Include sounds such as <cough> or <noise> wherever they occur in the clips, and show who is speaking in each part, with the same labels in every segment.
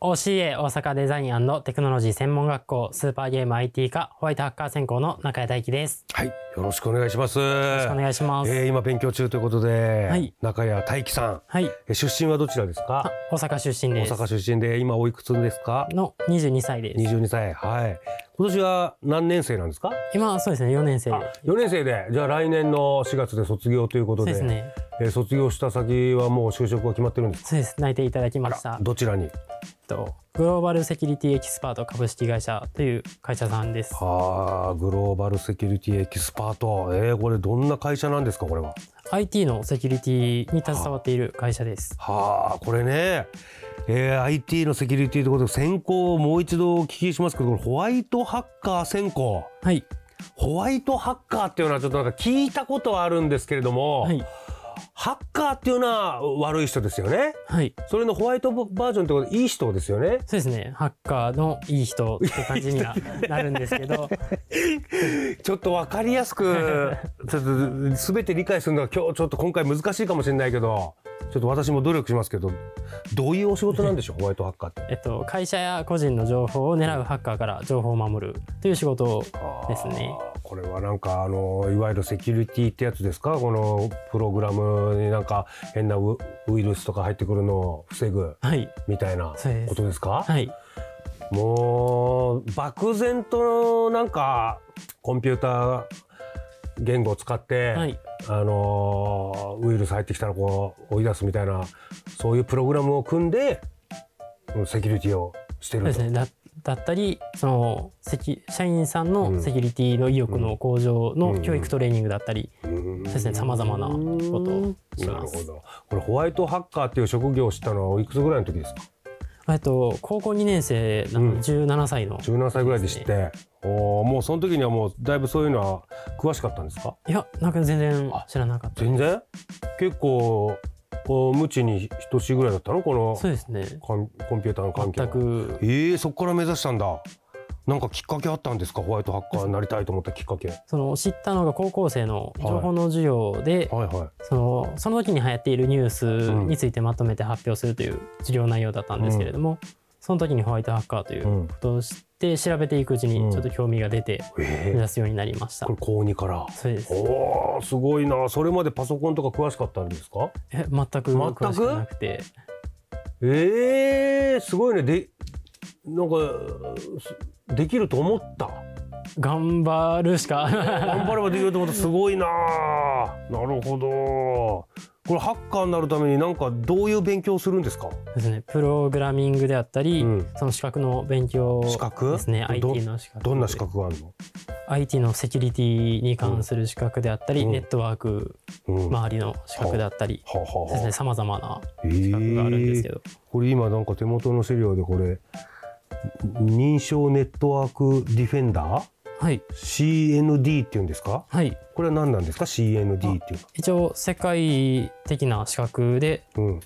Speaker 1: OCA 大阪デザインテクノロジー専門学校スーパーゲーム IT 科ホワイトハッカー専攻の中谷大輝です。
Speaker 2: はいよろしくお願いします
Speaker 1: よろしくお願いします。
Speaker 2: えー、今勉強中ということで、
Speaker 1: はい
Speaker 2: 中谷大輝さん
Speaker 1: はい。
Speaker 2: え出身はどちらです
Speaker 1: あ
Speaker 2: か
Speaker 1: 大阪出身
Speaker 2: 大
Speaker 1: です。
Speaker 2: 阪出身で今おいくつですか
Speaker 1: の22歳です。
Speaker 2: 22歳はい今年は何年生なんですか
Speaker 1: 今、そうですね、4年生で。
Speaker 2: あ4年生でじゃあ来年の4月で卒業というこ
Speaker 1: そ
Speaker 2: と
Speaker 1: う
Speaker 2: で
Speaker 1: ですね。
Speaker 2: えー卒業した先はもう就職は決まってるんですか
Speaker 1: そうです。内定いただきまし
Speaker 2: あら
Speaker 1: た。
Speaker 2: どちらに
Speaker 1: えっとグローバルセキュリティエキスパート株式会社という会社さんです。
Speaker 2: ああグローバルセキュリティエキスパートえー、これどんな会社なんですかこれは
Speaker 1: IT のセキュリティに携わっている会社です。
Speaker 2: はあこれねえー、IT のセキュリティということで選考をもう一度お聞きしますけどこれホワイトハッカー選考
Speaker 1: はい。
Speaker 2: ホワイトハッカーっていうのはちょっとなんか聞いたことはあるんですけれども、
Speaker 1: はい。
Speaker 2: ハッカーっていうのは悪い人ですよね。
Speaker 1: はい。
Speaker 2: それのホワイトバージョンってことでいい人ですよね。
Speaker 1: そうですね。ハッカーのいい人って感じにはなるんですけ
Speaker 2: <laughs>
Speaker 1: ど。
Speaker 2: ちょっとわかりや
Speaker 1: <laughs>
Speaker 2: すく、ちょっと全て理解するのは今日ちょっと今回難しいかもしれないけど、ちょっと私も努力しますけど、どういうお仕事なんで
Speaker 1: <laughs>
Speaker 2: しょう、ホワイトハッカーって。
Speaker 1: えっと、会社や個人の情報を狙うハッカーから情報を守るという仕事ですね。
Speaker 2: あー。これはなんかあのいわゆるセキュリティってやつですかこのプログラムになんか変なウウイルスとか入ってくるのを防ぐ
Speaker 1: はい。
Speaker 2: みたいな
Speaker 1: そうです
Speaker 2: ことですか
Speaker 1: はい。
Speaker 2: もう漠然となんかコンピューター言語を使って、
Speaker 1: はい。
Speaker 2: あのーウイルス入ってきたらこう追い出すみたいなそういうプログラムを組んでうんセキュリティをして
Speaker 1: そうで
Speaker 2: る
Speaker 1: す
Speaker 2: と、
Speaker 1: ね。だだったり、その、セキ社員さんのセキュリティの意欲の向上
Speaker 2: うん
Speaker 1: の教育トレーニングだったり、
Speaker 2: うん
Speaker 1: そうですね。様々なことをし
Speaker 2: なる
Speaker 1: ま
Speaker 2: ほ
Speaker 1: す。
Speaker 2: どこれホワイトハッカーっていう職業を知ったのはおいくつぐらいの時ですか
Speaker 1: えっと、高校2年生な
Speaker 2: うん
Speaker 1: ので、17歳の。
Speaker 2: 17歳ぐらいで知って、おーもうその時にはもうだいぶそういうのは詳しかったんですか
Speaker 1: いや、なんか全然知らなかった。
Speaker 2: 全然結構こう無知に等しいぐらいだったのこの
Speaker 1: そうですね。
Speaker 2: コンコンピューターの環境
Speaker 1: 全く
Speaker 2: ええそこから目指したんだなんかきっかけあったんですかホワイトハッカーになりたいと思ったきっかけはい
Speaker 1: その知ったのが高校生の情報の授業で、
Speaker 2: は
Speaker 1: そのその時に流行っているニュースについてまとめて発表するという授業内容だったんですけれども、その時にホワイトハッカーとい
Speaker 2: いう
Speaker 1: うんことを知って調べていくうちに
Speaker 2: うん
Speaker 1: ちょっと興味が出て目
Speaker 2: ええ
Speaker 1: 指すようになりました、
Speaker 2: これ高2から
Speaker 1: そうです
Speaker 2: おーすごいなそれまでパソコンとか詳しかったんですか
Speaker 1: え全く詳しくなくて
Speaker 2: ええすごいねでなんかすできると思った
Speaker 1: 頑張るしか <laughs>
Speaker 2: 頑張ればできると思ったすごいななるほどこれハッカーになるためになんかどういう勉強をするんですか
Speaker 1: ですねプログラミングであったり、
Speaker 2: うん
Speaker 1: その資格の勉強
Speaker 2: 資格
Speaker 1: ですね
Speaker 2: ど
Speaker 1: IT の資格
Speaker 2: どんな資格があるの
Speaker 1: IT のセキュリティに関する資格であったり、
Speaker 2: うん
Speaker 1: ネットワーク
Speaker 2: うん
Speaker 1: 周りの資格であったり、
Speaker 2: はあはあはあ
Speaker 1: ですねさまざまな
Speaker 2: 資
Speaker 1: 資格があるんですけど、
Speaker 2: これ今なんか手元の資料でこれ認証ネットワークディフェンダー
Speaker 1: はい。
Speaker 2: CND っていうんですか
Speaker 1: はい。
Speaker 2: これは何なんですか CND っていう
Speaker 1: 一応、世界的な資格で
Speaker 2: のは、うん、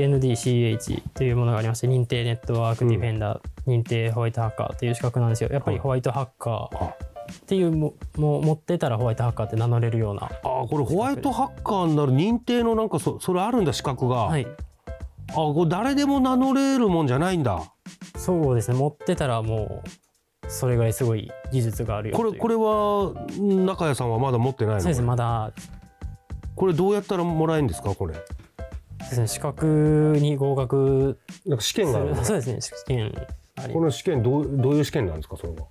Speaker 1: CNDCH というものがありまして、認定ネットワークディフェンダー、認定ホワイトハッカーという資格なんですよ。やっぱり
Speaker 2: はい
Speaker 1: ホワイトハッカー
Speaker 2: あ
Speaker 1: っていうも、もう持ってたらホワイトハッカーって名乗れるような。
Speaker 2: あーこれホワイトハッカーになる認定のなんかそそれあるんだ資格が、
Speaker 1: はい。
Speaker 2: あこれ誰でも名乗れるもんじゃないんだ
Speaker 1: そうですね。持ってたらもう、それぐらいすごい技術があるよ
Speaker 2: これこ
Speaker 1: れ、
Speaker 2: れは中谷さんはまだ持ってない
Speaker 1: そうですね。
Speaker 2: の
Speaker 1: まだ、
Speaker 2: これどうやったらもらえるんですかこれ
Speaker 1: ですね資格に合格
Speaker 2: なんか試
Speaker 1: す
Speaker 2: 験がある
Speaker 1: るそうですね試験あり
Speaker 2: この試験どうどういう試験なんですかそれは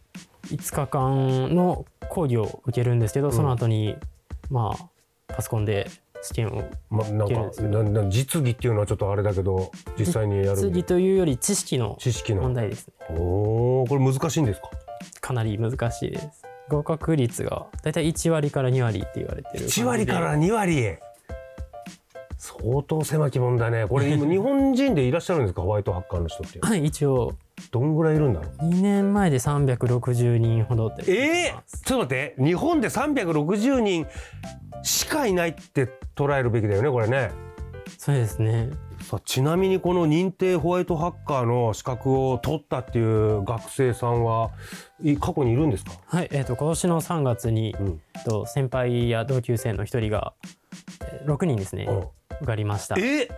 Speaker 1: 5日間の講義を受けるんですけど、その後にまあパソコンで試験を
Speaker 2: ま、な
Speaker 1: い
Speaker 2: ん
Speaker 1: けるんです
Speaker 2: か
Speaker 1: よ
Speaker 2: なな実技っていうのはちょっとあれだけど実際にやる
Speaker 1: 次というより知識の
Speaker 2: 知識
Speaker 1: 問
Speaker 2: の
Speaker 1: 題ですね
Speaker 2: おおこれ難しいんですか
Speaker 1: かなり難しいです合格率がだいたい1割から2割って言われてる感じで
Speaker 2: 1割から2割相当狭き門だねこれ
Speaker 1: <laughs>
Speaker 2: 今日本人でいらっしゃるんですかホワイトハッカーの人って
Speaker 1: はい一応
Speaker 2: どんぐらいいるんだろう
Speaker 1: 2年前で360人ほどって
Speaker 2: ええちょっと待って日本で360人しかいないって捉えるべきだよねこれね
Speaker 1: そうですね
Speaker 2: さあちなみにこの認定ホワイトハッカーの資格を取ったっていう学生さんはい過去にいるんですか
Speaker 1: はいえー、と今年の3月に、
Speaker 2: うん
Speaker 1: えっと先輩や同級生の一人がえー6人ですね
Speaker 2: うん
Speaker 1: 受かりました
Speaker 2: え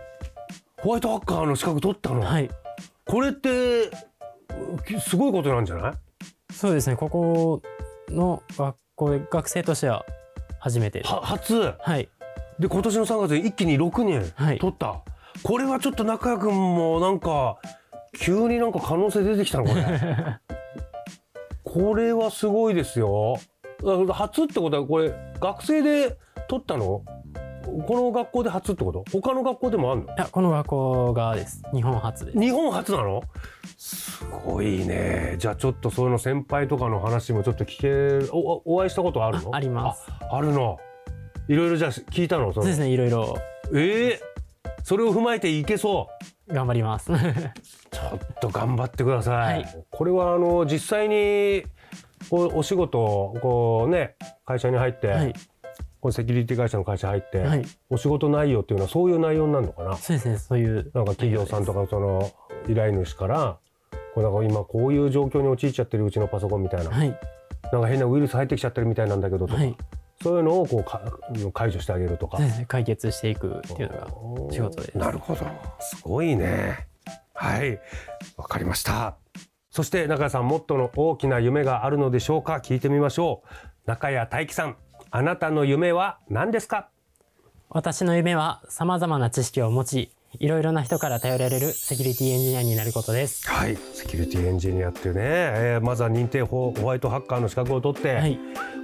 Speaker 2: ホワイトハッカーの資格取ったの、
Speaker 1: はい
Speaker 2: これってきすごいことなんじゃない
Speaker 1: そうですねここの学校で学生としては初めてです
Speaker 2: は初
Speaker 1: はい
Speaker 2: で今年の3月に一気に6人
Speaker 1: はい
Speaker 2: 取った、これはちょっと中谷君もなんか急になんか可能性出てきたのこ
Speaker 1: <laughs>
Speaker 2: れこれはすごいですよあ初ってことはこれ学生で取ったのこの学校で初ってこと他の学校でもあるの
Speaker 1: いやこの学校がです日本初です
Speaker 2: 日本初なのすごいねじゃあちょっとその先輩とかの話もちょっと聞けるおおお会いしたことあるの
Speaker 1: あります
Speaker 2: ああるのいろいろじゃあ聞いたのそ
Speaker 1: そう
Speaker 2: の
Speaker 1: ですねいろいろ
Speaker 2: えー、それを踏まえていけそう
Speaker 1: 頑張ります
Speaker 2: ちょっと頑張ってください、
Speaker 1: はい
Speaker 2: これはあの実際にこうお仕事をこうね会社に入っ
Speaker 1: <laughs>
Speaker 2: て、
Speaker 1: はい
Speaker 2: こうセキュリティ会社の会社入って、
Speaker 1: はい
Speaker 2: お仕事内容っていうのはそういう内容になるのかな
Speaker 1: そうですねそういう
Speaker 2: なんか企業さんとかその依頼主からこうなんか今こういう状況に陥っちゃってるうちのパソコンみたいな,、
Speaker 1: はい
Speaker 2: なんか変なウイルス入ってきちゃってるみたいなんだけどとか、
Speaker 1: はい
Speaker 2: そういうのをこうか解除してあげるとか
Speaker 1: そうですね解決していくっていうのが仕事です
Speaker 2: なるほどすごいねはいわかりましたそして中谷さんもっとの大きな夢があるのでしょうか聞いてみましょう中谷大輝さんあなたの夢は何ですか
Speaker 1: 私の夢は様々な知識を持ちいろいろな人から頼られるセキュリティエンジニアになることです
Speaker 2: はいセキュリティエンジニアっていうね、えーまずは認定ホホワイトハッカーの資格を取って、
Speaker 1: はい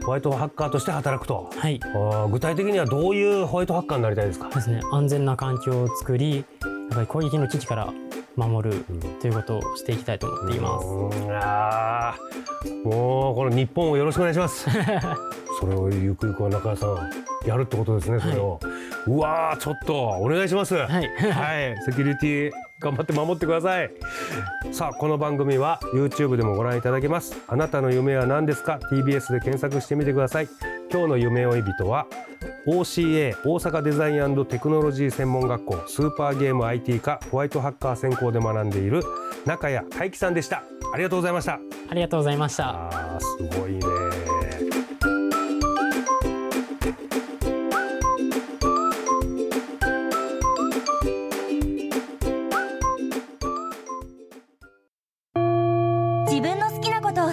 Speaker 2: ホワイトハッカーとして働くと
Speaker 1: はい
Speaker 2: あー具体的にはどういうホワイトハッカーになりたいですか
Speaker 1: そうですね安全な環境を作りやっぱり攻撃の危機から守るということをしていきたいと思っています、
Speaker 2: うーんあーもうこの日本をよろしくお願いします
Speaker 1: <laughs>
Speaker 2: それをゆくゆくは中谷さんやるってことですねそれを、うわーちょっとお願いします
Speaker 1: はい <laughs>
Speaker 2: はい、 <laughs> セキュリティ頑張って守ってくださいさあこの番組は YouTube でもご覧いただけますあなたの夢は何ですか TBS で検索してみてください今日の夢追い人は OCA 大阪デザインテクノロジー専門学校スーパーゲーム IT 科ホワイトハッカー専攻で学んでいる中谷大輝さんでしたありがとうございました
Speaker 1: ありがとうございました
Speaker 2: あーすごいね
Speaker 3: 自分の好きなことを